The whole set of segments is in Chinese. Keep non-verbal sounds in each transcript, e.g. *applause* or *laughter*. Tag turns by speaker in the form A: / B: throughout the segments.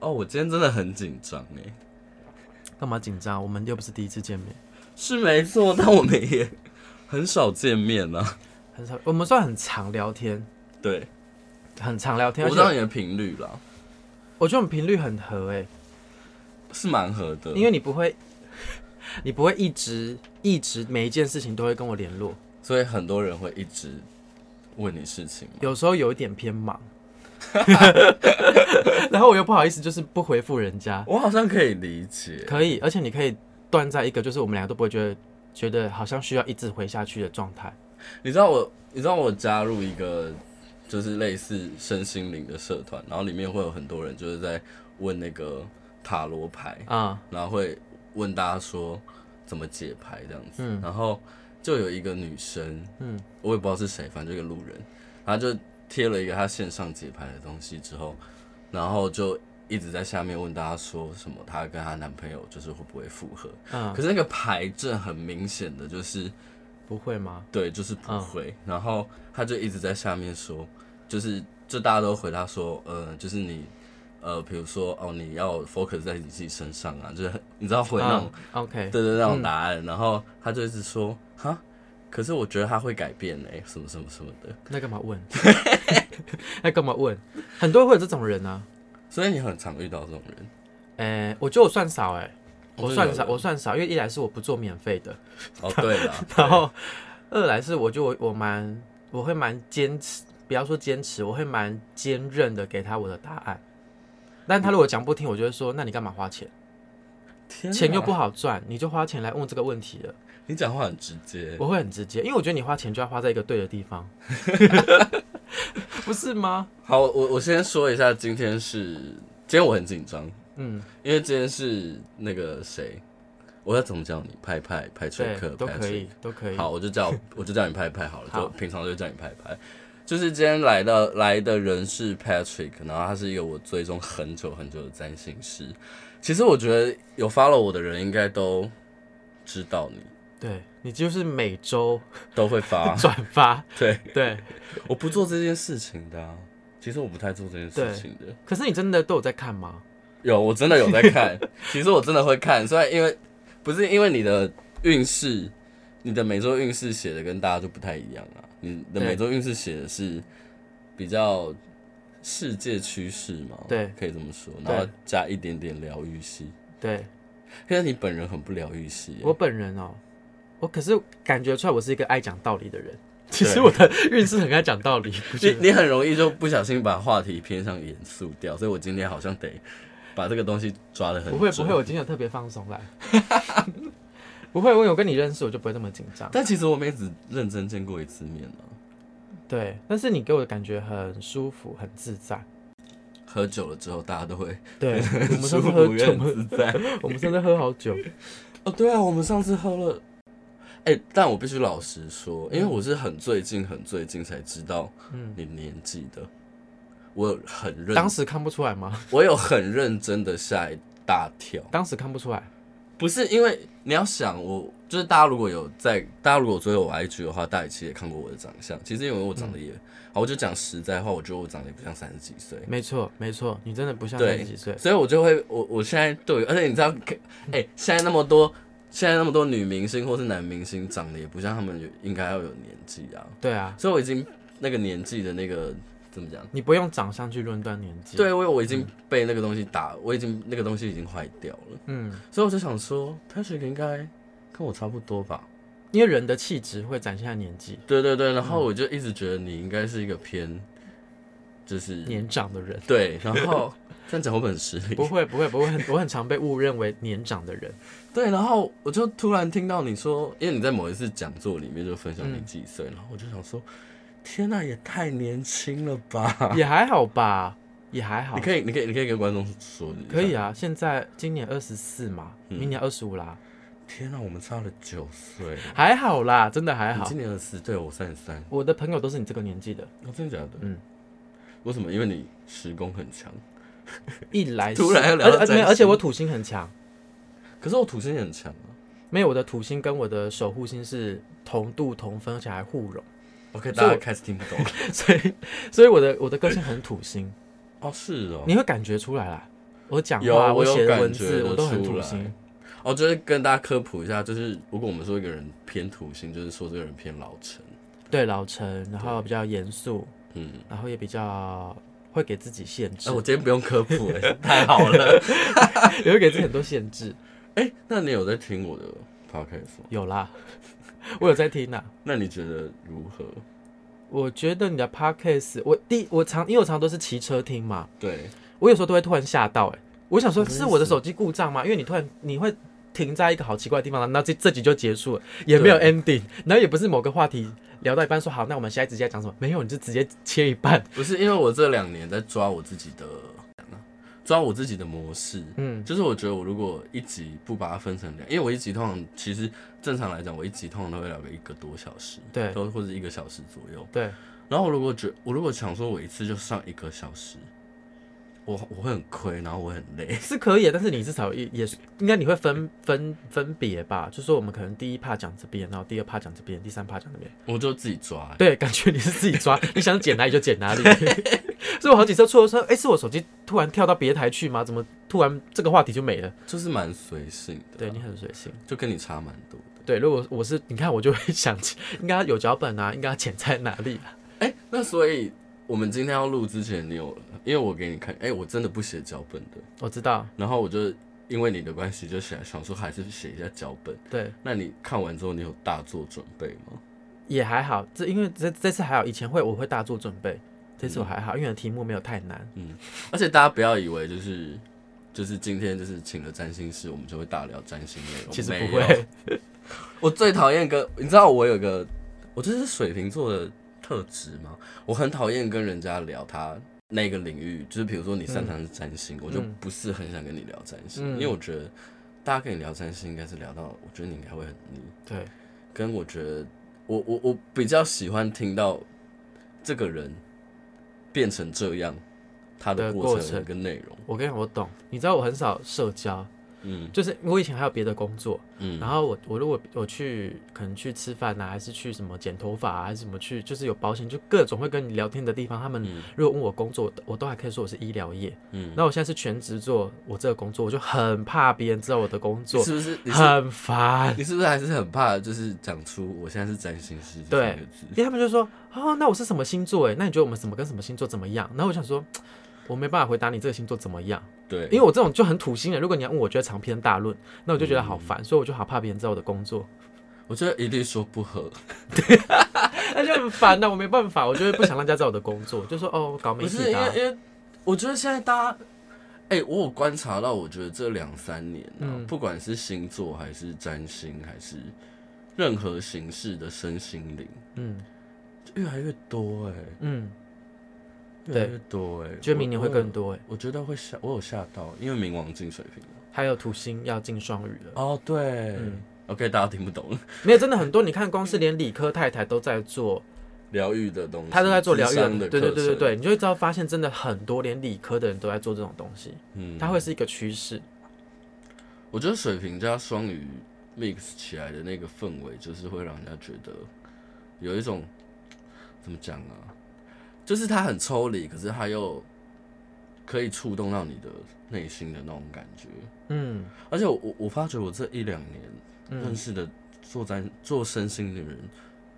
A: 哦，我今天真的很紧张哎，
B: 干嘛紧张？我们又不是第一次见面，
A: 是没错，但我们也很少见面啊。
B: 很少，我们算很常聊天，
A: 对，
B: 很常聊天，
A: 我
B: 而
A: 知道你
B: 且
A: 的频率啦，
B: 我觉得我们频率很合诶、
A: 是蛮合的，
B: 因为你不会，你不会一直一直每一件事情都会跟我联络，
A: 所以很多人会一直问你事情嘛。
B: 有时候有一点
A: *laughs*
B: 偏忙，然后我又不好意思就是不回复人家，
A: 我好像可以理解，
B: 可以，而且你可以断在一个就是我们两个都不会觉得觉得好像需要一直回下去的状态。
A: 你知道我，你知道我加入一个就是类似身心灵的社团，然后里面会有很多人就是在问那个塔罗牌，
B: 啊、
A: 然后会问大家说怎么解牌这样子，
B: 嗯
A: 然后就有一个女生，
B: 嗯
A: 我也不知道是谁，反正就一个路人，她就贴了一个她线上解牌的东西之后，然后就一直在下面问大家说什么她跟她男朋友就是会不会复合，
B: 嗯，
A: 可是那个牌阵很明显的就是
B: 不会吗？
A: 对，就是
B: 嗯
A: 不会，然后她就一直在下面说，就是就大家都回答说，呃，就是你。呃，比如说哦，你要 focus 在你自己身上啊，就是很你知道会那种
B: 嗯 OK，
A: 对对，那种答案。然后他就一直说哈，可是我觉得他会改变哎、什么什么什么的。
B: 那干嘛问？ *laughs* 那干嘛问？很多会有这种人啊。
A: 所以你很常遇到这种人，
B: 诶、我觉得我算少诶，我算少，
A: 少
B: 我算少，因为一来是我不做免费的，
A: 哦，对了，
B: *laughs* 然后二来是我觉得我我蛮我会蛮坚持，不要说坚持，我会蛮坚韧的给他我的答案。但他如果讲不听，我就会说，那你干嘛花钱？
A: 天
B: 钱又不
A: 好，
B: 好赚，你就花钱来问这个问题了。
A: 你讲话很直接，
B: 我会很直接，因为我觉得你花钱就要花在一个对的
A: *laughs*
B: 地方，不是吗？
A: 好，我我先说一下，今天是今天我很紧张，
B: 嗯，
A: 因为今天是那个谁，我要怎么叫你？派派派
B: 对
A: 崔克，，
B: 都
A: 派
B: 可
A: 崔
B: 以，都可以。
A: 好，我就叫我就叫你拍拍好
B: *laughs*
A: 了，
B: 好
A: 就平常就叫你拍拍。就是今天来的来的人是 Patrick，然后他是一个我追踪很久很久的占星师。其实我觉得有 follow 我的人应该都知道你，
B: 对你就是每周。
A: 都会发
B: *laughs* 转发，
A: 对，
B: 对。
A: 我不做这件事情的、啊，其实我不太做这件事情的。
B: 可是你真的都有在看吗？
A: 有，我真的有在
B: *laughs*
A: 看，其实我真的会看，虽然因为不是因为你的运势，你的每周运势写的跟大家就不太一样啊，你的
B: 对
A: 每周运势写的是比较世界趋势嘛，
B: 对
A: 可以这么说，
B: 对
A: 然后加一点点疗愈系，
B: 对
A: 因为你本人很不疗愈系耶，
B: 我本人哦，我可是感觉出来我是一个爱讲道理的人。 *laughs* 其实
A: 对
B: 我的运势很爱讲 *laughs* 道理，不
A: 你
B: 是？
A: 你很容易就不小心把话题偏向严肃掉，所以我今天好像得把这个东西抓得很
B: 不会不
A: 准
B: 会，我今天有特别放松来。 *laughs* 不会，我有跟你认识，我就不会那么紧张。
A: 但其实我们也只认真见过一次面啊，
B: 对，但是你给我的感觉很舒服，很自在。
A: 喝酒了之后大家都会。
B: *laughs* 对，我们上
A: 舒
B: 次
A: 服
B: 喝酒，我
A: 很
B: 们
A: 自在。
B: *laughs* 我们上次喝好 *laughs* 久。
A: *laughs* 哦，对啊，我们上次喝了。哎、但我必须老实说，因为我是很最近、很最近才知道
B: 嗯，
A: 你年纪的。我有很认，
B: 当时看不出来吗？
A: 我有很认真的吓一大跳。
B: 当时看不出来。
A: 不是因为你要想我，就是大家如果有在，大家如果追我 IG 的话，大家其实也看过我的长相。其实因为我长得
B: 嗯
A: 也，好，我就讲实在话，我觉得我长得也不像三十几岁。
B: 没错，没错，你真的不像三
A: 对
B: 十几岁。
A: 所以我就会，我我现在对，而且你知道，哎、现在那么多，现在那么多女明星或是男明星长得也不像他们有应该要有年纪啊，
B: 对啊，
A: 所以我已经那个年纪的那个怎么讲？
B: 你不用长相去论断年纪。，
A: 对我我已经被那个东西打，我已经那个东西已经坏掉了，
B: 嗯，
A: 所以我就想说，Patrick 应该跟我差不多吧？
B: 因为人的气质会展现在年纪。
A: 对对对，然后我就一直觉得你应该是一个偏，就是
B: 年长的人
A: 对，然后这样讲会不会很失礼？
B: *laughs* 不会，不会，不会，很我很常被误认为年长
A: *laughs*
B: 的人。
A: 对，然后我就突然听到你说，因为你在某一次讲座里面就分享你几
B: 嗯
A: 岁，然后我就想说，天呐，也太年轻了吧！
B: 也还好吧，也还好
A: 你。可以，你可以，你可以跟观众说一下，
B: 可以啊，现在今年二十四嘛，
A: 嗯
B: 明年二十五啦，
A: 天呐，我们差了九岁。
B: 还好啦，真的还
A: 你
B: 好
A: 今。年二十，对我三十三，
B: 我的朋友都是你这个年纪的，
A: 哦，真的假的？
B: 嗯，
A: 为什么？因为你时工很强，
B: 一来
A: 突
B: 是
A: 然要聊到
B: 而而
A: 占
B: 没有，
A: 星
B: 而且我土星很强，
A: 可是我土星也很强啊。
B: 没有我的土星跟我的守护星是同度同分，而且还互融， *laughs*
A: OK，
B: 所以
A: 大
B: 我
A: 家开始听不
B: *laughs*
A: 懂了。
B: 所以所以我的我的个性很土星，
A: 哦，是哦，
B: 你会感觉出来啦。啊我讲
A: 有
B: 话，
A: 我有
B: 写的
A: 感
B: 文
A: 觉
B: 字，
A: 得
B: 我都很
A: 出
B: 土
A: 来
B: 星。
A: 哦，就是跟大家科普一下，就是如果我们说一个人偏土星，就是说这个人偏老成，
B: 对老成，然后比较严肃，
A: 嗯。
B: 然后也比较会给自己限制
A: 哎、，我今天不用科普、
B: *laughs*
A: 哎，太好了。
B: 也会给自己很多限制。
A: 哎、那你有在听我的 podcast 吗？
B: 有啦， *laughs* 我有在听啊啦。
A: 那你觉得如何？
B: 我觉得你的 podcast，我第我常因为我常都是骑车听嘛，
A: 对，
B: 我有时候都会突然吓到、哎，我想说
A: 什么意思
B: 是我的手机故障吗？因为你突然你会停在一个好奇怪的地方，然后这这集就结束了，也没有 ending，然后也不是某个话题聊到一半说好，那我们下一集要讲什么？没有，你就直接切一半。
A: 不是因为我这两年在抓我自己的，抓我自己的模式。
B: 嗯，
A: 就是我觉得我如果一集不把它分成两，因为我一集通常其实正常来讲，我一集通常都会聊个一个多小时，
B: 对
A: 都或者一个小时左右。
B: 对，
A: 然后我如果觉我如果想说我一次就上一个小时，我我会很亏，然后我很累。
B: 是可以的，但是你至少也也是应该你会分分分别吧，就说我们可能第一趴讲这边，然后第二趴讲这边，第三趴讲那边。
A: 我就自己抓、欸
B: 对，感觉你是自己抓，你想剪哪里就剪哪里。 *laughs* 所以我好几次错说，哎、是我手机突然跳到别台去吗？怎么突然这个话题就没了？
A: 就是蛮随性的，
B: 对你很随性。
A: 就跟你差蛮多的。
B: 对，如果我是你看，我就会想起，应该有脚本啊，应该要剪在哪里啊？
A: 哎、那所以我们今天要录之前，你有，因为我给你看，哎、我真的不写脚本的，
B: 我知道，
A: 然后我就因为你的关系，就想想说还是写一下脚本。
B: 对，
A: 那你看完之后，你有大做准备吗？
B: 也还好。这因为这这次还好，以前会我会大做准备，这次我还好，因为题目没有太难。
A: 而且大家不要以为就是就是今天就是请了占星师，我们就会大聊占星内容。
B: 其实
A: 没
B: 不
A: 有
B: 会，
A: 我最讨厌跟你知道我有个，我这是水瓶座的特质吗？我很讨厌跟人家聊他那个领域，就是比如说你擅长是占星，我就
B: 嗯
A: 不是很想跟你聊占星，
B: 嗯
A: 因为我觉得大家跟你聊占星应该是聊到，我觉得你应该会很腻，
B: 对，
A: 跟我觉得我我我比较喜欢听到这个人变成这样。他的
B: 的
A: 过
B: 过
A: 程
B: 程
A: 跟内容，
B: 我跟你讲，我懂。你知道我很少社交，
A: 嗯
B: 就是我以前还有别的工作，
A: 嗯，
B: 然后我我如果我去可能去吃饭啊，还是去什么剪头发啊，还是什么去，就是有保险，就各种会跟你聊天的地方，他们
A: 嗯
B: 如果问我工作，我都还可以说我是医疗业。
A: 嗯，
B: 那我现在是全职做我这个工作，我就很怕别人知道我的工作，
A: 是不是你嗯是
B: 很烦。
A: 你是不是还是很怕，就是讲出我现在是占星师这
B: 对
A: 三个字？
B: 因为他们就说哦，那我是什么星座？哎，那你觉得我们什么跟什么星座怎么样？然后我想说，我没办法回答你这个星座怎么样，
A: 对，
B: 因为我这种就很土星人。如果你要问我，觉得长篇大论，那我就觉得
A: 嗯
B: 好烦，所以我就好怕别人知道我的工作。 *laughs*
A: 我觉得一律说不合，
B: 那就很烦呐、我没办法，我就是不想让大家知道我的工作，就说哦，我搞媒
A: 不是
B: 体
A: 因
B: 的啊、
A: 为因为我觉得现在大家，哎、我有观察到，我觉得这两三年啊，
B: 嗯
A: 不管是星座还是占星，还是任何形式的身心灵，
B: 嗯
A: 就越来越多哎、
B: 嗯，
A: 越来越多哎、
B: 觉得明年会更
A: 我。
B: 多哎。
A: 我觉得会吓，我有吓到，因为冥王进水瓶了。
B: 还有土星要进双鱼了，
A: 哦，对、
B: 嗯
A: o k 大家听不懂 *laughs*
B: 没有真的很多。你看，光是连理科太太都在做，
A: 疗愈的东西，
B: 她都在做疗
A: 嗯智
B: 愈
A: 商的，
B: 对对
A: 课
B: 对对
A: 程，
B: 对，你就会知道发现真的很多连理科的人都在做这种东西，
A: 嗯，
B: 它会是一个趋势。
A: 我觉得嗯水瓶加双鱼 mix 起来的那个氛围，就是会让人家觉得有一种怎么讲啊，就是它很抽离，可是它又可以触动到你的内心的那种感觉。
B: 嗯
A: 而且我我我发觉我这一两年认
B: 嗯，
A: 识的做占做身心的人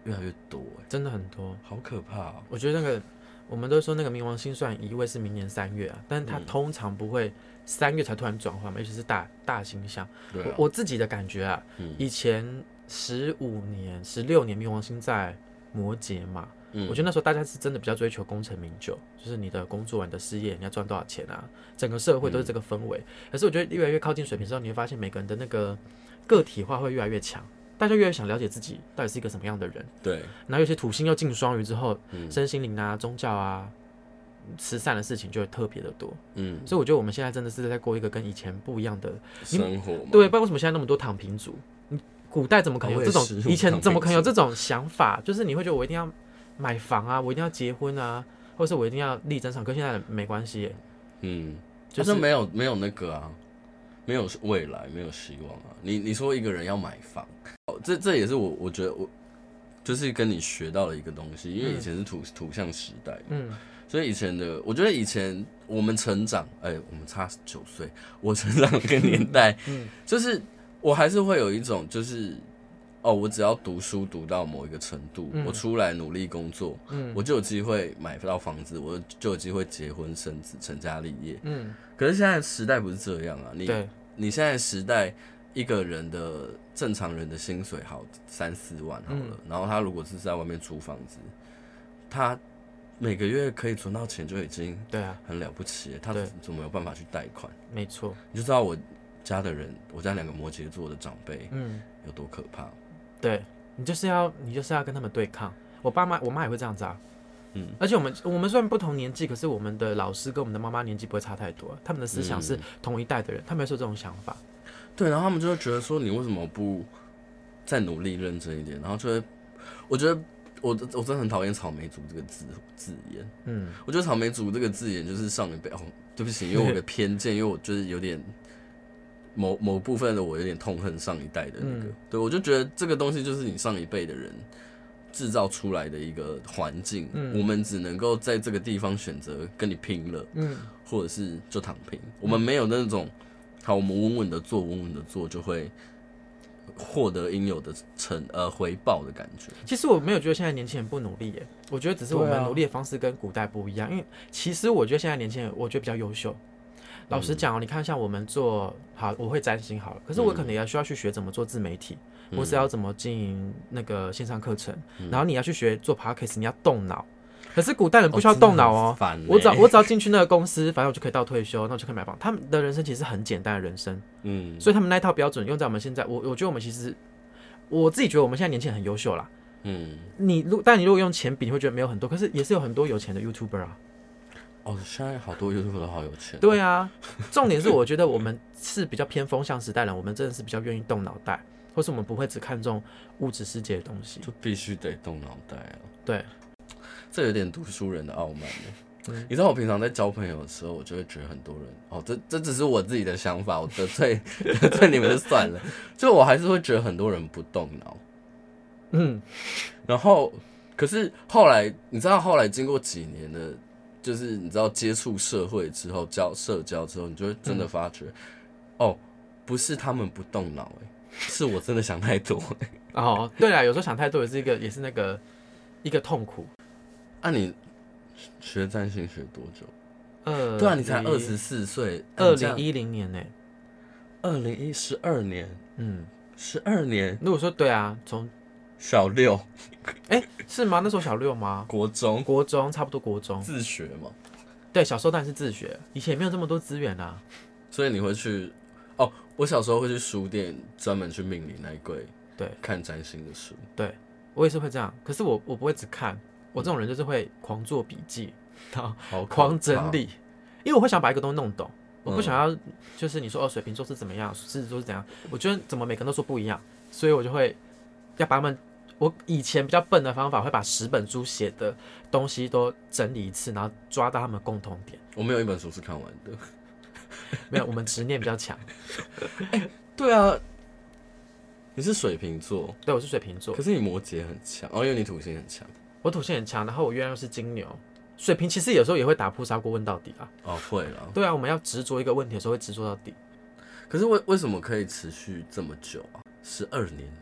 A: 越来越多、欸，
B: 真的很多。
A: 好可怕、哦。
B: 我觉得那个我们都说那个冥王星虽然移位是明年三月啊，但是
A: 嗯
B: 它通常不会三月才突然转换嘛，尤其是大大星象。
A: 对啊，
B: 我我自己的感觉啊，
A: 嗯
B: 以前十五年、十六年冥王星在摩羯嘛，
A: 嗯
B: 我觉得那时候大家是真的比较追求功成名就，就是你的工作、你的事业，你要赚多少钱啊，整个社会都是这个氛围。可是我觉得越来越靠近水平之后，你会发现每个人的那个个体化会越来越强。大家越来越想了解自己到底是一个什么样的人，
A: 对，
B: 然后有些土星又进双鱼之后，
A: 嗯
B: 身心灵啊、宗教啊、慈善的事情就会特别的多，
A: 嗯，
B: 所以我觉得我们现在真的是在过一个跟以前不一样的
A: 生活嘛，
B: 对，不然为什么现在那么多躺平族？你古代怎么可能
A: 啊
B: 有
A: 我
B: 这
A: 也
B: 种
A: 是？我
B: 以前
A: 躺
B: 怎么
A: 平
B: 可能有
A: 族
B: 这种想法？就是你会觉得我一定要买房啊，我一定要结婚啊，或者是我一定要力争上。跟现在没关系耶，
A: 嗯，
B: 就
A: 就是
B: 是
A: 没有没有那个啊，没有未来，没有希望啊。你你说一个人要买房，哦，这这也是我我觉得我就是跟你学到了一个东西，因为以前是土、土象时代，
B: 嗯
A: 所以以前的我觉得以前我们成长，哎、我们差九岁，我成长那个年代，
B: *laughs* 嗯
A: 就是我还是会有一种就是。哦，我只要读书读到某一个程度，
B: 嗯
A: 我出来努力工作，我就有机会买到房子，我就有机会结婚生子、成家立业。
B: 嗯，
A: 可是现在时代不是这样啊，你
B: 对，
A: 你现在时代一个人的正常人的薪水好三四万好
B: 嗯
A: 了，然后他如果是在外面租房子，他每个月可以存到钱就已经
B: 对啊，
A: 很了不起了，他
B: 对
A: 怎么有办法去贷款？
B: 没错，
A: 你就知道我家的人，我家两个摩羯座的长辈
B: 嗯，
A: 有多可怕。
B: 对你就是要你就是要跟他们对抗。我爸妈我妈也会这样子啊，
A: 嗯，
B: 而且我们我们虽然不同年纪，可是我们的老师跟我们的妈妈年纪不会差太多啊，他们的思想是同一代的人，他们是有这种想法。
A: 对，然后他们就会觉得说，你为什么不再努力认真一点？然后就会，我觉得我我真的很讨厌“草莓族”这个字字眼。
B: 嗯，
A: 我觉得“草莓族”这个字眼就是上一辈哦，对不起，因为我的偏见，因为我就是有点某某部分的我有点痛恨上一代的那个，
B: 嗯
A: 对我就觉得这个东西就是你上一辈的人制造出来的一个环境，
B: 嗯
A: 我们只能够在这个地方选择跟你拼了，
B: 嗯，
A: 或者是就躺平，我们没有那种好，我们稳稳的做，稳稳的做就会获得应有的成呃回报的感觉，
B: 其实我没有觉得现在年轻人不努力耶，我觉得只是我
A: 对
B: 们
A: 啊
B: 努力的方式跟古代不一样。因为其实我觉得现在年轻人，我觉得比较优秀。老实讲哦，你看像我们做好，我会占星好了，可是我可能也需要去学怎么做自媒体，或
A: 嗯
B: 是要怎么经营那个线上课程，然后你要去学做 podcast，你要动脑。可是古代人不需要动脑哦，
A: 烦、欸
B: 我只要我只要进去那个公司，反正我就可以到退休，那我就可以买房。他们的人生其实是很简单的人生，
A: 嗯
B: 所以他们那一套标准用在我们现在，我我觉得我们其实我自己觉得我们现在年轻人很优秀啦。
A: 嗯，
B: 你如但你如果用钱比，你会觉得没有很多，可是也是有很多有钱的 YouTuber 啊。
A: 哦，现在好多 YouTube 都好有钱，
B: 对啊，重点是我觉得我们是比较偏风向时代人，我们真的是比较愿意动脑袋，或是我们不会只看重物质世界的东西。
A: 就必须得动脑袋啊。
B: 对，
A: 这有点读书人的傲慢耶
B: *laughs* 嗯
A: 你知道我平常在交朋友的时候，我就会觉得很多人哦，这这只是我自己的想法，我得罪 *laughs* 得罪你们就算了。就我还是会觉得很多人不动脑，
B: 嗯，
A: 然后，可是后来，你知道后来经过几年的，就是你知道接触社会之后，交社交之后，你就会真的
B: 嗯
A: 发觉，哦，不是他们不动脑、欸，是我真的想太多、欸。
B: 哦，对啦，有时候想太多也是一个也是那个一个痛苦。
A: 啊，你学占星学多久？
B: 呃，
A: 对啊，你才二十四岁，哎
B: 二零一零年呢、
A: 二零一十二年，
B: 嗯，
A: 十二年
B: 如果说对啊，从
A: 小六
B: 哎、是吗？那时候小六吗？
A: 国中
B: 国中差不多国中，
A: 自学嘛，
B: 对，小时候当然是自学，以前也没有这么多资源啊。
A: 所以你会去哦，我小时候会去书店专门去命理那一柜，
B: 对，
A: 看占星的书。
B: 我也是会这样，可是我我不会只看，我这种人就是会狂做笔记，然后
A: 好可
B: 狂
A: 怕
B: 整理，因为我会想把一个东西弄懂，我不
A: 嗯
B: 想要就是你说哦水瓶座是怎么样，狮子座是怎样，我觉得怎么每个人都说不一样，所以我就会要把他们。我以前比较笨的方法，会把十本书写的东西都整理一次，然后抓到他们的共同点。
A: 我没有一本书是看完的。
B: 没有，我们执念比较强。
A: 对啊，你是水瓶座，
B: 对，我是水瓶座
A: 可，是你摩羯很强哦，因为你土星很强
B: 我土星很强，然后我月亮又是金牛。水瓶其实有时候也会打破砂锅问到底啊。
A: 哦，会了。
B: 对啊，我们要执着一个问题的时候会执着到底。
A: 可是为为什么可以持续这么久啊？十二年呢？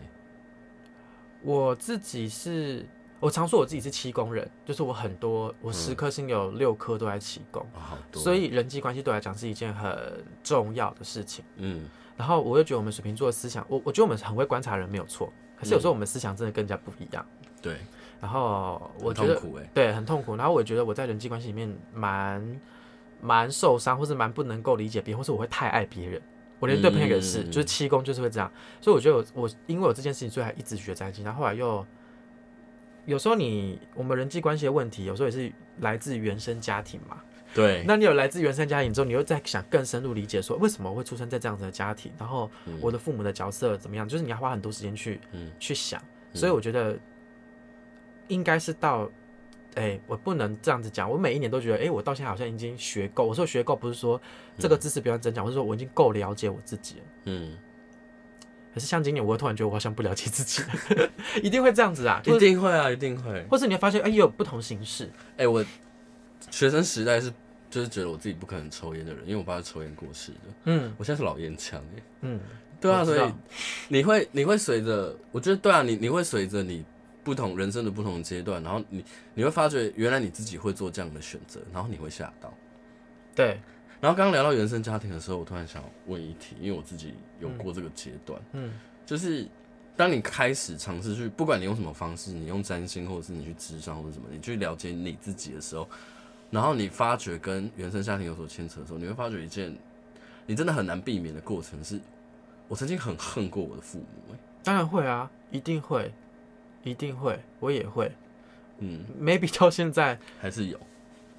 B: 我自己是，我常说我自己是七宫人，就是我很多，我
A: 嗯
B: 十颗星有六颗都在七宫，
A: 哦，好多。
B: 所，以人际关系对我来讲是一件很重要的事情。
A: 嗯，
B: 然后我又觉得我们水瓶座的思想，我我觉得我们很会观察人没有错，可是有时候我们思想真的更加不一样。
A: 对，
B: 然后我
A: 很
B: 觉得
A: 痛苦哎、
B: 对，很痛苦。然后我也觉得我在人际关系里面蛮蛮受伤，或是蛮不能够理解别人，或是我会太爱别人。我连对朋友也是，
A: 嗯
B: 就是七宫就是会这样。所以我觉得我我因为我这件事情，所以还一直学占星。然后后来又有时候你我们人际关系的问题，有时候也是来自于原生家庭嘛。
A: 对，
B: 那你有来自原生家庭之后，你又在想更深入理解说为什么我会出生在这样子的家庭，然后我的父母的角色怎么样，就是你要花很多时间去、
A: 嗯
B: 去想。所以我觉得应该是到，哎、我不能这样子讲。我每一年都觉得，哎、我到现在好像已经学够。我说学够不是说这个知识不要增长，我是说我已经够了解我自己了。
A: 嗯，
B: 可是像今年，我又突然觉得我好像不了解自己了， *laughs* 一定会这样子啊，
A: 一
B: 就是
A: 定会啊，一定会。
B: 或是你会发现，哎、也有不同形式。
A: 哎、我学生时代是就是觉得我自己不可能抽烟的人，因为我爸是抽烟过世的，
B: 嗯
A: 我现在是老烟枪哎。
B: 嗯，
A: 对啊，
B: 我
A: 所
B: 知道
A: 以你会你会随着，我觉得对啊，你你会随着你不同人生的不同阶段，然后你你会发觉原来你自己会做这样的选择，然后你会吓到。
B: 对，
A: 然后刚刚聊到原生家庭的时候，我突然想问一题，因为我自己有过这个阶段，
B: 嗯
A: 就是当你开始尝试去，不管你用什么方式，你用占星，或者是你去智商，或者什么，你去了解你自己的时候，然后你发觉跟原生家庭有所牵扯的时候，你会发觉一件你真的很难避免的过程是，我曾经很恨过我的父母、欸
B: 当然会啊，一定会，一定会，我也会
A: 嗯，
B: ，maybe *laughs* 到现在。
A: 还是有，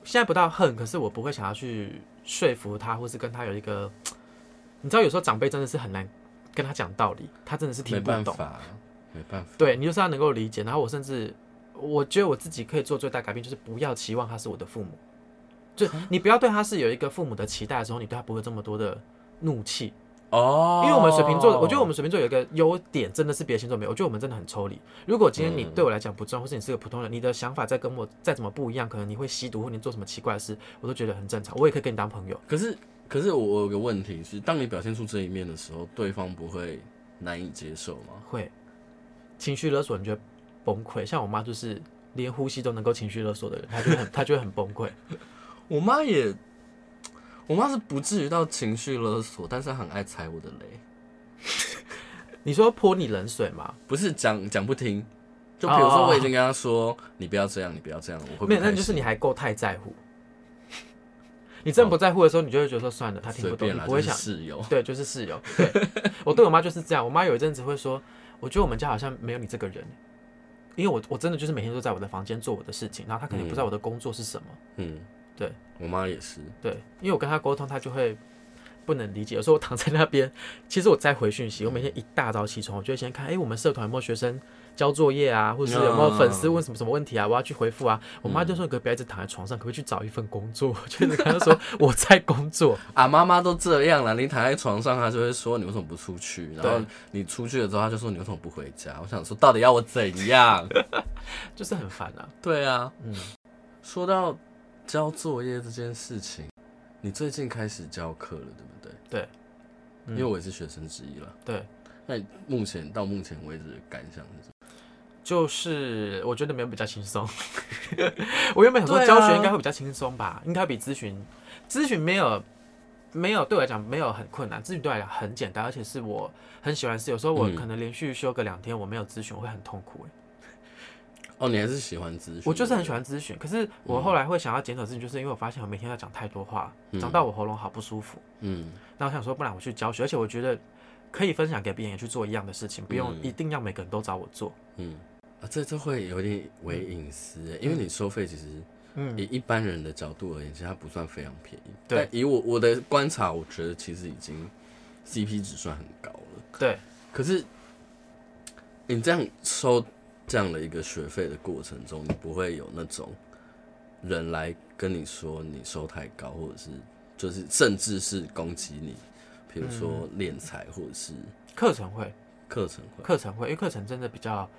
B: 现在不到恨，可是我不会想要去说服他，或是跟他有一个，你知道，有时候长辈真的是很难跟他讲道理，他真的是
A: 没
B: 听不
A: 办
B: 懂。
A: 法，没办法，
B: 对你就是要能够理解，然后我甚至我觉得我自己可以做最大改变，就是不要期望他是我的父母，就你不要对他是有一个父母的期待的时候，你对他不会有这么多的怒气。
A: 哦
B: 因为我们水瓶座，我觉得我们水瓶座有一个优点，真的是别的星座没有。我觉得我们真的很抽离。如果今天你
A: 嗯
B: 对我来讲不重要，或是你是个普通人，你的想法再跟我再怎么不一样，可能你会吸毒或你做什么奇怪的事，我都觉得很正常，我也可以跟你当朋友。
A: 可是，可是我我有个问题是，当你表现出这一面的时候，对方不会难以接受吗？
B: 会情绪勒索，你觉得崩溃？像我妈就是连呼吸都能够情绪勒索的人，她就很她就会很崩溃。
A: 我妈也，我妈是不至于到情绪勒索，但是她很爱踩我的雷，
B: 你说泼你冷水吗？
A: 不是讲讲不听。就比如
B: 哦
A: 说，我已经跟她说，你不要这样，你不要这样，我会不
B: 没有，那
A: 开
B: 就是
A: 心。
B: 你还够太在乎。 *laughs* 你真的不在乎的时候，你就会觉得说算了，她听
A: 随
B: 不懂，
A: 便
B: 你
A: 啦，
B: 不会
A: 就是
B: 想
A: 室友。
B: 对，就是室友。对，我对我妈就是这样。我妈有一阵子会说，我觉得我们家好像没有你这个人，因为我我真的就是每天都在我的房间做我的事情，然后她肯定不知道我的工作是什么。
A: 嗯，
B: 对，
A: 我妈也是。
B: 对，因为我跟她沟通，她就会不能理解。有时候我躺在那边，其实我在回讯息，我
A: 嗯
B: 每天一大早起床，我就会先看，哎、我们社团有没有学生交作业啊，或者是有没有粉
A: 嗯
B: 丝问什么什么问题啊，我要去回复啊。我妈就说，你可不可以不要一直躺在床上，可不可以去找一份工作？ *laughs* 我就一直跟她说我在工作。
A: 啊，妈妈都这样了，你躺在床上，她就会说你为什么不出去？ *laughs* 然后你出去了之后，她就说你为什么不回家？我想说，到底要我怎样？ *laughs*
B: 就是很烦啊，
A: 对啊，
B: 嗯，
A: 说到交作业这件事情，你最近开始教课了，对不对？
B: 对，嗯
A: 因为我也是学生之一了。
B: 对，
A: 那你目前到目前为止的感想是什么？
B: 就是我觉得没有比较轻松。 *laughs* 我原本想说
A: 对啊
B: 教学应该会比较轻松吧，应该比咨询，咨询没有没有对我来讲没有很困难，咨询对我来讲很简单，而且是我很喜欢的事。有时候我
A: 嗯
B: 可能连续休个两天我没有咨询，我会很痛苦欸。
A: 哦，你还是嗯喜欢咨询？
B: 我就是很喜欢咨询，可是我后来会想要减少咨询，就是因为我发现我每天要讲太多话，讲到我喉咙好不舒服。
A: 嗯。
B: 那我想说，不然我去教学，而且我觉得可以分享给别人也去做一样的事情，不用
A: 嗯
B: 一定要每个人都找我做。
A: 嗯嗯啊，这这会有点为隐私欸，因为你收费其实
B: 嗯，
A: 以一般人的角度而言，其实它不算非常便宜。
B: 对
A: 但以我我的观察，我觉得其实已经 CP 值算很高了。
B: 对，
A: 可是你这样收这样的一个学费的过程中，你不会有那种人来跟你说你收太高，或者是就是甚至是攻击你，比如说
B: 嗯
A: 敛财或者是
B: 课程会。
A: 课程会。
B: 课程会，因为课程真的比较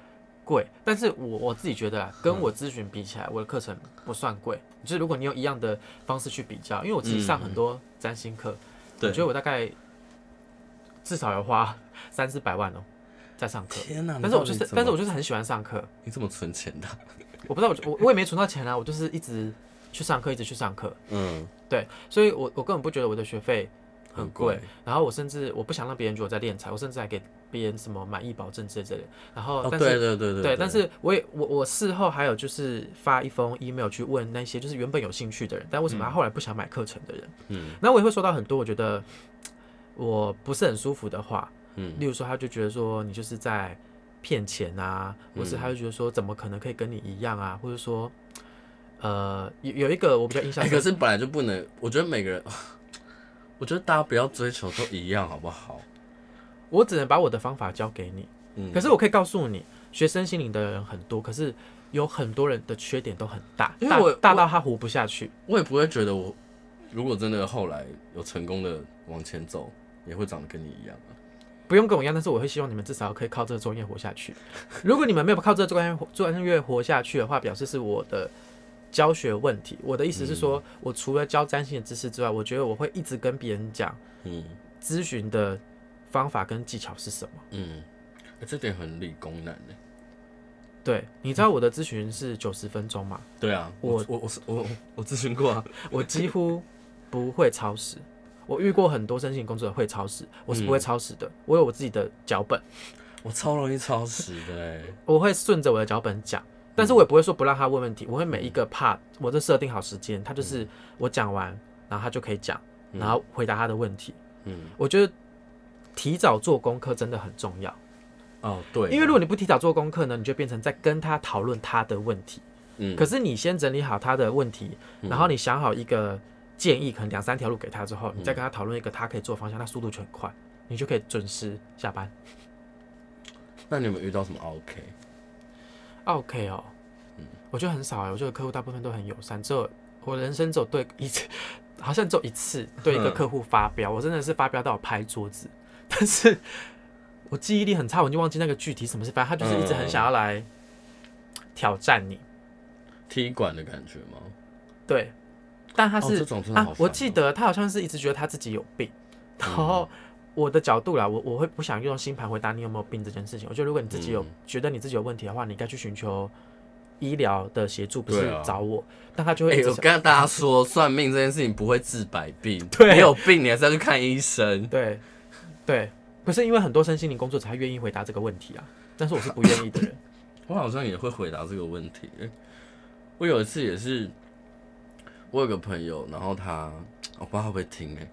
B: 贵，但是我我自己觉得啦，啊
A: 嗯
B: 跟我咨询比起来，我的课程不算贵。就是如果你用一样的方式去比较，因为我自己上
A: 嗯
B: 很多占星课，我觉得我大概至少要花 *laughs* 三四百万哦、在上课。
A: 天啊哪！
B: 但是我就是，但是我
A: 我
B: 就是很喜欢上课。
A: 你怎么存钱的？
B: 我不知道，我我我也没存到钱啊，我就是一直去上课，一直去上课。
A: 嗯，
B: 对，所以我我根本不觉得我的学费很
A: 很
B: 贵
A: 贵，
B: 然后我甚至我不想让别人觉得我在敛财，我甚至还给别人什么满意保证之类的。然后，
A: 哦，
B: 但
A: 对
B: 是、
A: 对对对
B: 对，但是我也我我事后还有就是发一封 email 去问那些就是原本有兴趣的人，但为什么他后来不想买课程的人？
A: 嗯
B: 那我也会收到很多我觉得我不是很舒服的话，
A: 嗯
B: 例如说他就觉得说你就是在骗钱啊，或是他
A: 嗯
B: 就觉得说怎么可能可以跟你一样啊，或者说呃有有一个我比较印象
A: 哎，
B: 深
A: 可是本来就不能，我觉得每个人，我觉得大家不要追求都一样，好不好？
B: 我只能把我的方法教给你，
A: 嗯
B: 可是我可以告诉你，学生心灵的人很多，可是有很多人的缺点都很大，
A: 因为我
B: 大大到他活不下去。
A: 我也不会觉得我如果真的后来有成功的往前走，也会长得跟你一样、啊。
B: 不用跟我一样，但是我会希望你们至少可以靠这个专 *laughs* 业活下去。如果你们没有靠这个专业活专业活下去的话，表示是我的教学问题。我的意思是说，我除了教占星的知识之外，我觉得我会一直跟别人讲
A: 嗯
B: 咨询的方法跟技巧是什么。
A: 嗯，欸这点很理工男欸呢。
B: 对，你知道我的咨询是九十分钟嘛？
A: 对啊，我我我是我我我咨询
B: *laughs*
A: 过啊，
B: 我几乎不会超时。我遇过很多申请工作者会超时，我是不会超时的。我有我自己的脚本，
A: 我超容易超时的哎。
B: 我会顺着我的脚本讲，
A: 嗯
B: 但是我也不会说不让他问问题。我会每一个 part，我这设定好时间，
A: 嗯
B: 他就是我讲完，然后他就可以讲，然后回答他的问题。
A: 嗯，
B: 我觉得提早做功课真的很重要，
A: *laughs* 哦对，
B: 因为如果你不提早做功课呢，你就变成在跟他讨论他的问题。
A: 嗯
B: 可是你先整理好他的问题，然后你想好一个建议，可能两三条路给他之后，你
A: 嗯
B: 再跟他讨论一个他可以做的方向，那速度就很快，你就可以准时下班。
A: 那你有没有遇到什么 OK？
B: OK 哦，我觉得很少哎，我觉得客户大部分都很友善，只有我人生只有对一次，好像只有一次对一个客户发飙，我真的是发飙到我拍桌子，但是我记忆力很差，我就忘记那个具体什么事，反正他就是一直很想要来挑战你，
A: 踢馆的感觉吗？
B: 对，但他
A: 哦
B: 是
A: 这种真的
B: 啊
A: 好，
B: 我
A: 烦
B: 记
A: 哦嗯
B: 得他好像是一直觉得他自己有病，然后我的角度啦，我我会不想用星盘回答你有没有病这件事情。我觉得如果你自己有、
A: 嗯
B: 觉得你自己有问题的话，你该去寻求医疗的协助，不是
A: 对啊
B: 找我。但他就会
A: 哎、
B: 一直
A: 我
B: 想
A: 跟大家说，算命这件事情不会治百病，
B: *laughs* 对
A: 你有病你还是要去看医生。
B: 对对，可是因为很多身心灵工作者他愿意回答这个问题啊，但是我是不愿意的人。 *laughs*
A: 我好像也会回答这个问题。我有一次也是，我有个朋友，然后他我不知道他会不会听哎、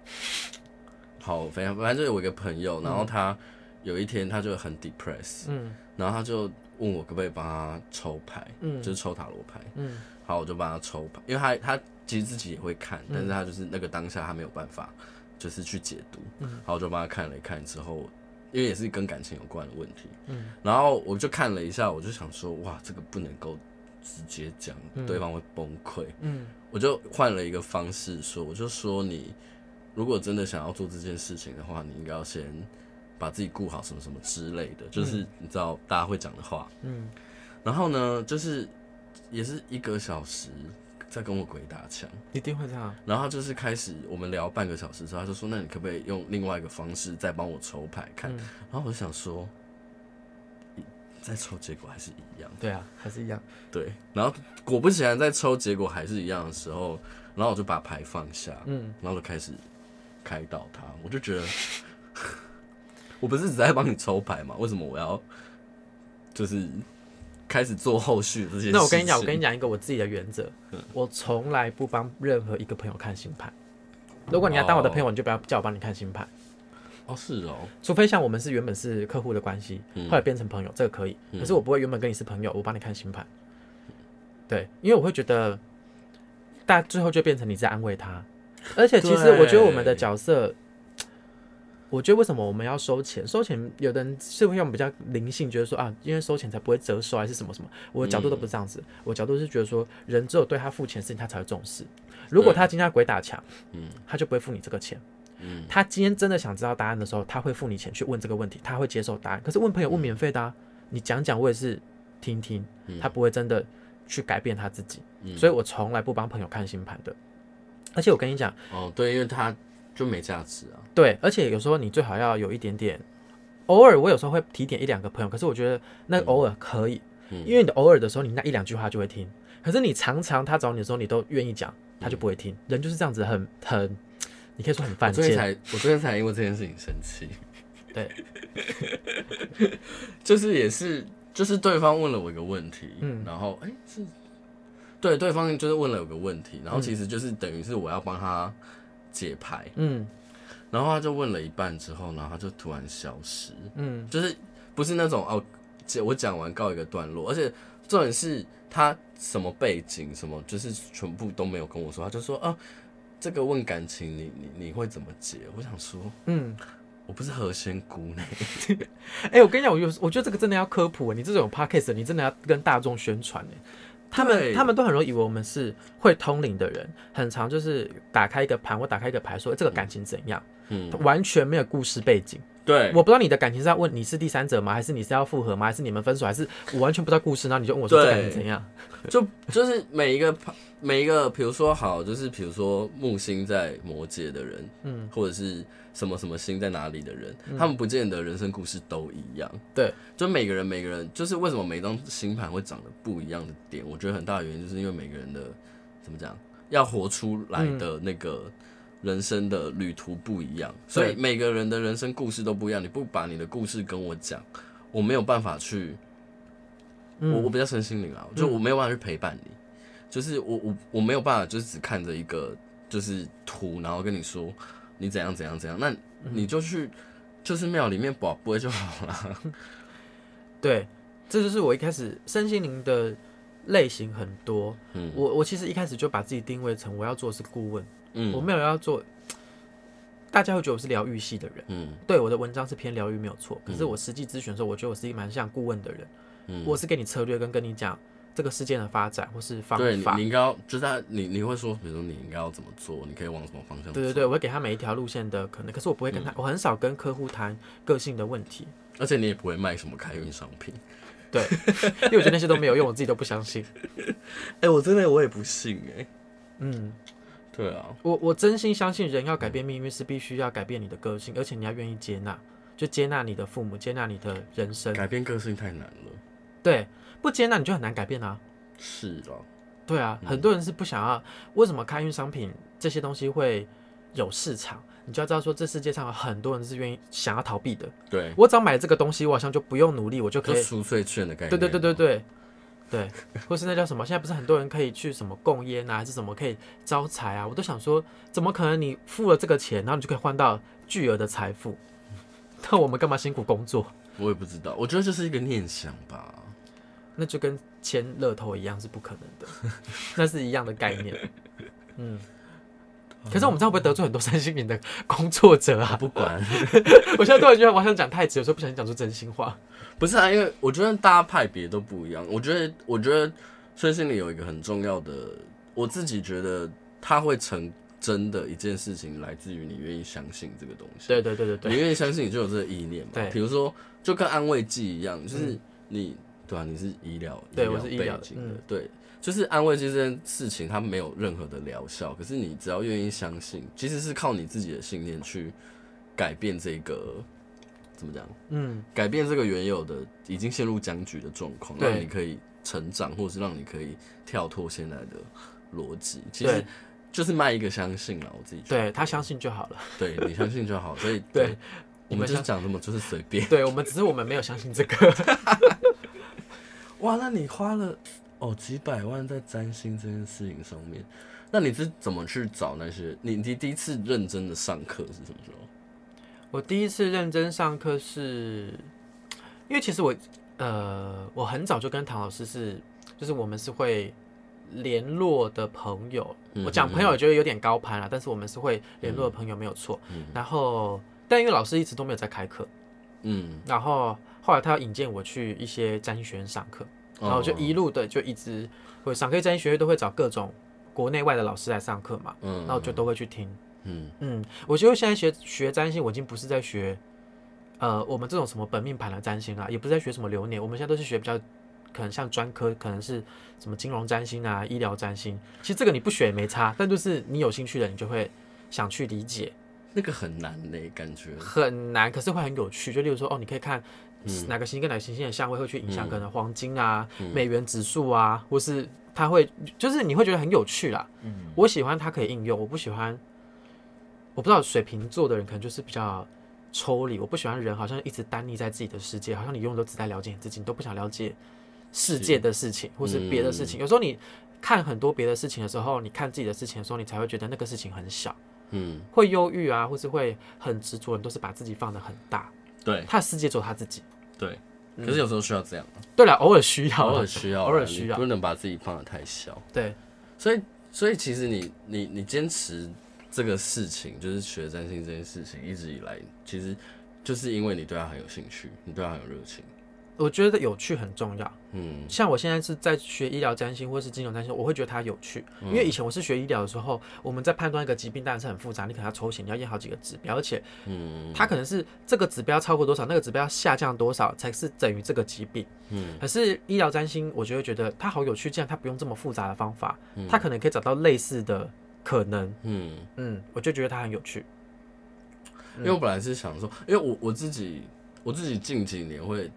A: 好，反正反正就是我一个朋友，然后他有一天他就很 depressed，
B: 嗯
A: 然后他就问我可不可以帮他抽牌，
B: 嗯
A: 就是抽塔罗牌。
B: 嗯
A: 好，我就帮他抽牌，因为他他其实自己也会看，但是他就是那个当下他没有办法，就是去解读。好，我就帮他看了一看之后，因为也是跟感情有关的问题，
B: 嗯
A: 然后我就看了一下，我就想说，哇，这个不能够直接讲，对方会崩溃。
B: 嗯
A: 我就换了一个方式说，我就说你如果真的想要做这件事情的话，你应该要先把自己顾好，什么什么之类的，就是你知道大家会讲的话。
B: 嗯，
A: 然后呢，就是也是一个小时在跟我鬼打墙，
B: 一定会这样。啊
A: 然后他就是开始我们聊半个小时之后，他就说：“那你可不可以用另外一个方式再帮我抽牌看？”
B: 嗯
A: 然后我就想说，一再抽结果还是一样，
B: 对啊，还是一样。
A: 对。然后果不其然，在抽结果还是一样的时候，然后我就把牌放下，
B: 嗯，
A: 然后就开始开导他。我就觉得，我不是只在帮你抽牌嘛？为什么我要就是开始做后续这些事情？嗯
B: 那我跟你讲，我跟你讲一个我自己的原则，我从来不帮任何一个朋友看星盘。如果你要当我的朋友，你就不要叫我帮你看星盘，
A: 哦，是哦，
B: 除非像我们是原本是客户的关系，后来变成朋友，这个可以。可是我不会原本跟你是朋友，我帮你看星盘。对，因为我会觉得，大最后就变成你在安慰他，而且其实
A: 对
B: 我觉得我们的角色。我觉得为什么我们要收钱？收钱，有的人是会用比较灵性，觉得说啊，因为收钱才不会折寿还是什么什么。我的角度都不是这样子，我角度是觉得说，人只有对他付钱的事情，他才会重视。如果他今天要鬼打墙，嗯，他就不会付你这个钱。嗯，他今天真的想知道答案的时候，他会付你钱去问这个问题，他会接受答案。可是问朋友问免费的、啊，你讲讲我也是听听，他不会真的去改变他自己。所以我从来不帮朋友看星盘的。而且我跟你讲，
A: 哦，对，因为他就没价值啊。
B: 对，而且有时候你最好要有一点点，偶尔我有时候会提点一两个朋友，可是我觉得
A: 嗯
B: 那偶尔可以，因为你偶尔的时候，你那一两句话就会听，可是你常常他找你的时候，你都愿意讲，他
A: 嗯
B: 就不会听。人就是这样子很，很你可以说很
A: 我
B: 犯
A: 最近哦
B: 贱，
A: 才，我最近才因为这件事情生
B: *laughs*
A: 气。
B: 对，
A: *laughs* 就是也是，就是对方问了我一个问题，
B: 嗯
A: 然后哎、是，对，对方就是问了我个问题，然后其实就是等于是我要帮他解牌，
B: 嗯
A: 然后他就问了一半之后，然后他就突然消失，
B: 嗯
A: 就是不是那种哦，解我讲完告一个段落，而且重点是他什么背景什么，就是全部都没有跟我说，他就说啊，这个问感情你你你会怎么解？我想说
B: 嗯。
A: 我不是何仙姑呢，
B: 哎、我跟你讲，我有我觉得这个真的要科普，欸你这种 podcast 你真的要跟大众宣传哎。他们
A: 对
B: 他们都很容易以为我们是会通灵的人，很常哎 *laughs* 就是打开一个盘，我打开一个牌说、欸这个感情怎样，
A: 嗯，
B: 完全没有故事背景。
A: 对，
B: 我不知道你的感情是要问你是第三者吗，还是你是要复合吗，还是你们分手，还是我完全不知道故事，然后你就问我说这
A: 对
B: 感情怎样？
A: 就就是每一个 *laughs* 每一个，比如说好，就是比如说木星在摩羯的人，嗯，或者是什么什么星在哪里的人，他们不见得人生故事都一样。
B: 对，
A: 就每个人每个人，就是为什么每张星盘会长得不一样的点，我觉得很大的原因就是因为每个人的怎么讲，要活出来的那个。人生的旅途不一样，所以
B: 对
A: 每个人的人生故事都不一样。你不把你的故事跟我讲，我没有办法去我我比较身心灵啊，就我没有办法去陪伴你，就是我我我没有办法，就是只看着一个就是图，然后跟你说你怎样怎样怎样，那
B: 嗯
A: 你就去就是庙里面保不就好了。
B: *laughs* 对，这就是我一开始身心灵的类型很多。
A: 嗯
B: 我我其实一开始就把自己定位成我要做的是顾问，我
A: 嗯
B: 没有要做，大家会觉得我是疗愈系的人。
A: 嗯
B: 对我的文章是偏疗愈没有错，可是
A: 嗯
B: 我实际咨询的时候，我觉得我是一个蛮像顾问的人，
A: 嗯，
B: 我是给你策略跟跟你讲这个事件的发展或是方
A: 对你
B: 法
A: 你。应该要就是他你你会说，比如说你应该要怎么做，你可以往什么方向走。
B: 对对对，我会给他每一条路线的可能，可是我不会跟他，
A: 嗯
B: 我很少跟客户谈个性的问题，
A: 而且你也不会卖什么开运商
B: *laughs*
A: 品。
B: 因为我觉得那些都没有用，我自己都不相信。
A: 哎、我真的我也不信哎、
B: 嗯，
A: 对啊，
B: 我我真心相信，人要改变命运是必须要改变你的个性，而且你要愿意接纳，就接纳你的父母，接纳你的人生。
A: 改变个性太难了。
B: 对，不接纳你就很难改变啊。
A: 是啊，
B: 对啊，很多人是不想要。为什么开运商品这些东西会有市场？你就要知道说，这世界上有很多人是愿意想要逃避的。
A: 对，
B: 我只要买这个东西，我好像就不用努力，我就
A: 就
B: 可以。
A: 赎罪券的概念。
B: 对对对对对。对，或是那叫什么？现在不是很多人可以去什么供烟啊，还是什么可以招财啊？我都想说，怎么可能你付了这个钱，然后你就可以换到巨额的财富？ *laughs* 那我们干嘛辛苦工作？
A: 我也不知道，我觉得这是一个念想吧。
B: 那就跟签乐透一样是不可能的， *laughs* 那是一样的概念。 *laughs* 嗯，可是我们这样会不会得罪很多身心灵的工作者啊？ *laughs*
A: 不管，
B: 我现在突然觉得我好想讲太直，有时候不小心讲出真心话。
A: 不是啊，因为我觉得大家派别都不一样。我觉得，我觉得身心里有一个很重要的，我自己觉得它会成真的一件事情，来自于你愿意相信这个东西。
B: *laughs* 对对对对
A: 你
B: 对，
A: 愿意相信，你就有这个意念嘛。
B: 对
A: 比如说，就跟安慰剂一样，就是你、对啊，你是医疗，
B: 对我是医疗
A: 背景的，
B: 嗯
A: 对，就是安慰剂这件事情，它没有任何的疗效，可是你只要愿意相信，其实是靠你自己的信念去改变这个，怎么讲？
B: 嗯，
A: 改变这个原有的已经陷入僵局的状况，
B: 对
A: 让你可以成长，或是让你可以跳脱现在的逻辑。其实
B: 对
A: 就是卖一个相信了，我自己觉得。
B: 对他相信就好了。
A: 对，你相信就好。所以
B: 对，
A: 我
B: 你
A: 们就
B: 们
A: 是
B: 相
A: 讲什么就是随便。
B: 对我们只是我们没有相信这个。
A: *laughs* 哇，那你花了哦几百万在占星这件事情上面，那你是怎么去找那些？你你第一次认真的上课是什么时候？
B: 我第一次认真上课是，因为其实我呃，我很早就跟唐老师是，就是我们是会联络的朋友。
A: 嗯
B: 我讲朋友觉得有点高攀啊了，但是我们是会联络的朋友没有错。然后，但因为老师一直都没有在开课，
A: 嗯，
B: 然后后来他要引荐我去一些占星学院上课，
A: 嗯
B: 然后我
A: 哦
B: 就一路的就一直会上课，因为占星学院都会找各种国内外的老师来上课嘛，
A: 嗯
B: 然后我就都会去听。
A: 嗯
B: 嗯，我觉得现在学学占星，我已经不是在学，呃，我们这种什么本命盘的占星啦，也不是在学什么流年，我们现在都是学比较可能像专科，可能是什么金融占星啊、医疗占星。其实这个你不学也没差，但就是你有兴趣的，你就会想去理解，
A: 那个很难呢、感觉
B: 很难，可是会很有趣。就例如说，哦，你可以看哪个行星跟哪个行星的相位会去影响可能黄金啊、
A: 嗯
B: 美元指数啊，或是它会，就是你会觉得很有趣啦。嗯，我喜欢它可以应用，我不喜欢，我不知道水瓶座的人可能就是比较抽离，我不喜欢人好像一直单立在自己的世界，好像你永远都只在了解你自己，你都不想了解世界的事情或是别的事情。有时候你看很多别的事情的时候，你看自己的事情的时候，你才会觉得那个事情很小。
A: 嗯
B: 会忧郁啊，或是会很执着，人都是把自己放得很大，
A: 对
B: 他的世界只有他自己。
A: 对，可是有时候需要这样。
B: 对了，偶尔需要啊，
A: 偶尔需要啊，
B: 嗯偶尔需要
A: 你不能把自己放得太小。
B: 对，
A: 所以，所以其实你你你坚持这个事情，就是学占星这件事情，一直以来其实就是因为你对它很有兴趣，你对它很有热情。
B: 我觉得有趣很重要。
A: 嗯
B: 像我现在是在学医疗占星或是金融占星，我会觉得它有趣，
A: 嗯
B: 因为以前我是学医疗的时候，我们在判断一个疾病当然是很复杂，你可能要抽血，你要验好几个指标，而且
A: 嗯
B: 它可能是这个指标超过多少，那个指标下降多少才是等于这个疾病。
A: 嗯
B: 可是医疗占星，我就会觉得它好有趣，既然它不用这么复杂的方法，它可能可以找到类似的可能，
A: 嗯，
B: 嗯，我就觉得它很有趣。嗯
A: 因为我本来是想说，因为我我自己我自己近几年会。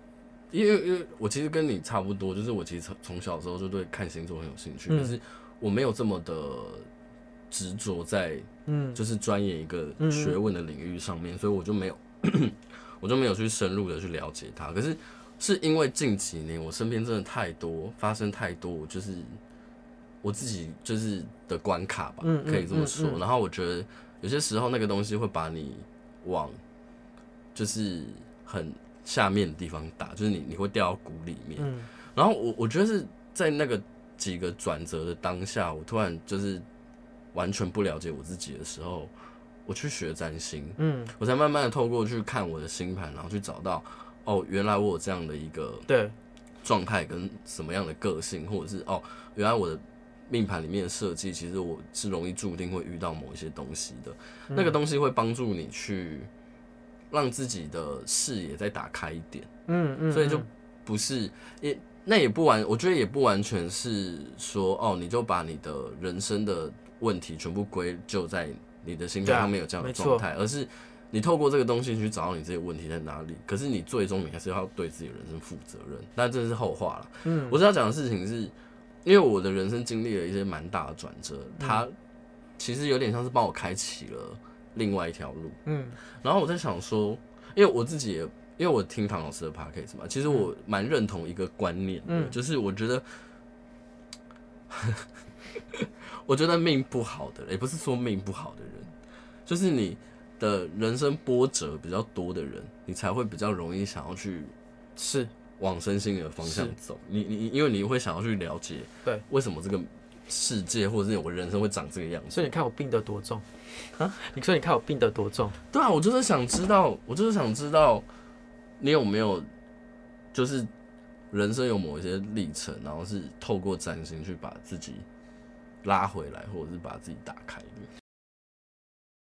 A: 因为因为我其实跟你差不多，就是我其实从从小的时候就对看星座很有兴趣，
B: 嗯
A: 可是我没有这么的执着在
B: 嗯
A: 就是钻研一个
B: 嗯
A: 学问的领域上面，所以我就没有， *clears throat* 我就没有去深入的去了解它。可是是因为近几年我身边真的太多发生太多，我就是我自己就是的关卡吧，
B: 嗯嗯
A: 可以这么说。
B: 嗯嗯
A: 然后我觉得有些时候那个东西会把你往就是很下面的地方打，就是你你会掉到谷里面。
B: 嗯
A: 然后我我觉得是在那个几个转折的当下，我突然就是完全不了解我自己的时候，我去学占星，
B: 嗯，
A: 我才慢慢的透过去看我的星盘，然后去找到哦，原来我有这样的一个
B: 对，
A: 状态跟什么样的个性，或者是哦，原来我的命盘里面的设计，其实我是容易注定会遇到某一些东西的。那个东西会帮助你去让自己的视野再打开一点。
B: 嗯嗯，
A: 所以就
B: 嗯
A: 不是也那也不完，我觉得也不完全是说哦，你就把你的人生的问题全部归咎在你的心态
B: 对啊
A: 上面有这样的
B: 没错
A: 状态，而是你透过这个东西去找到你自己的问题在哪里。可是你最终你还是要对自己的人生负责任，但这是后话了。
B: 嗯，
A: 我是要讲的事情是，因为我的人生经历了一些蛮大的转折，它
B: 嗯
A: 其实有点像是帮我开启了另外一条路。
B: 嗯
A: 然后我在想说，因为我自己也，因为我听唐老师的 podcast 嘛，其实我蛮认同一个观念的，
B: 嗯
A: 就是我觉得， *laughs* 我觉得命不好的人，也不是说命不好的人，就是你的人生波折比较多的人，你才会比较容易想要去
B: 是
A: 往身心灵的方向
B: 是
A: 走。你你因为你会想要去了解，
B: 对，
A: 为什么这个世界或者是我人生会长这个样子。
B: 所以你看我病得多重啊？你说你看我病得多重？
A: 对啊，我就是想知道，我就是想知道你有没有，就是人生有某一些历程，然后是透过占星去把自己拉回来，或者是把自己打开的。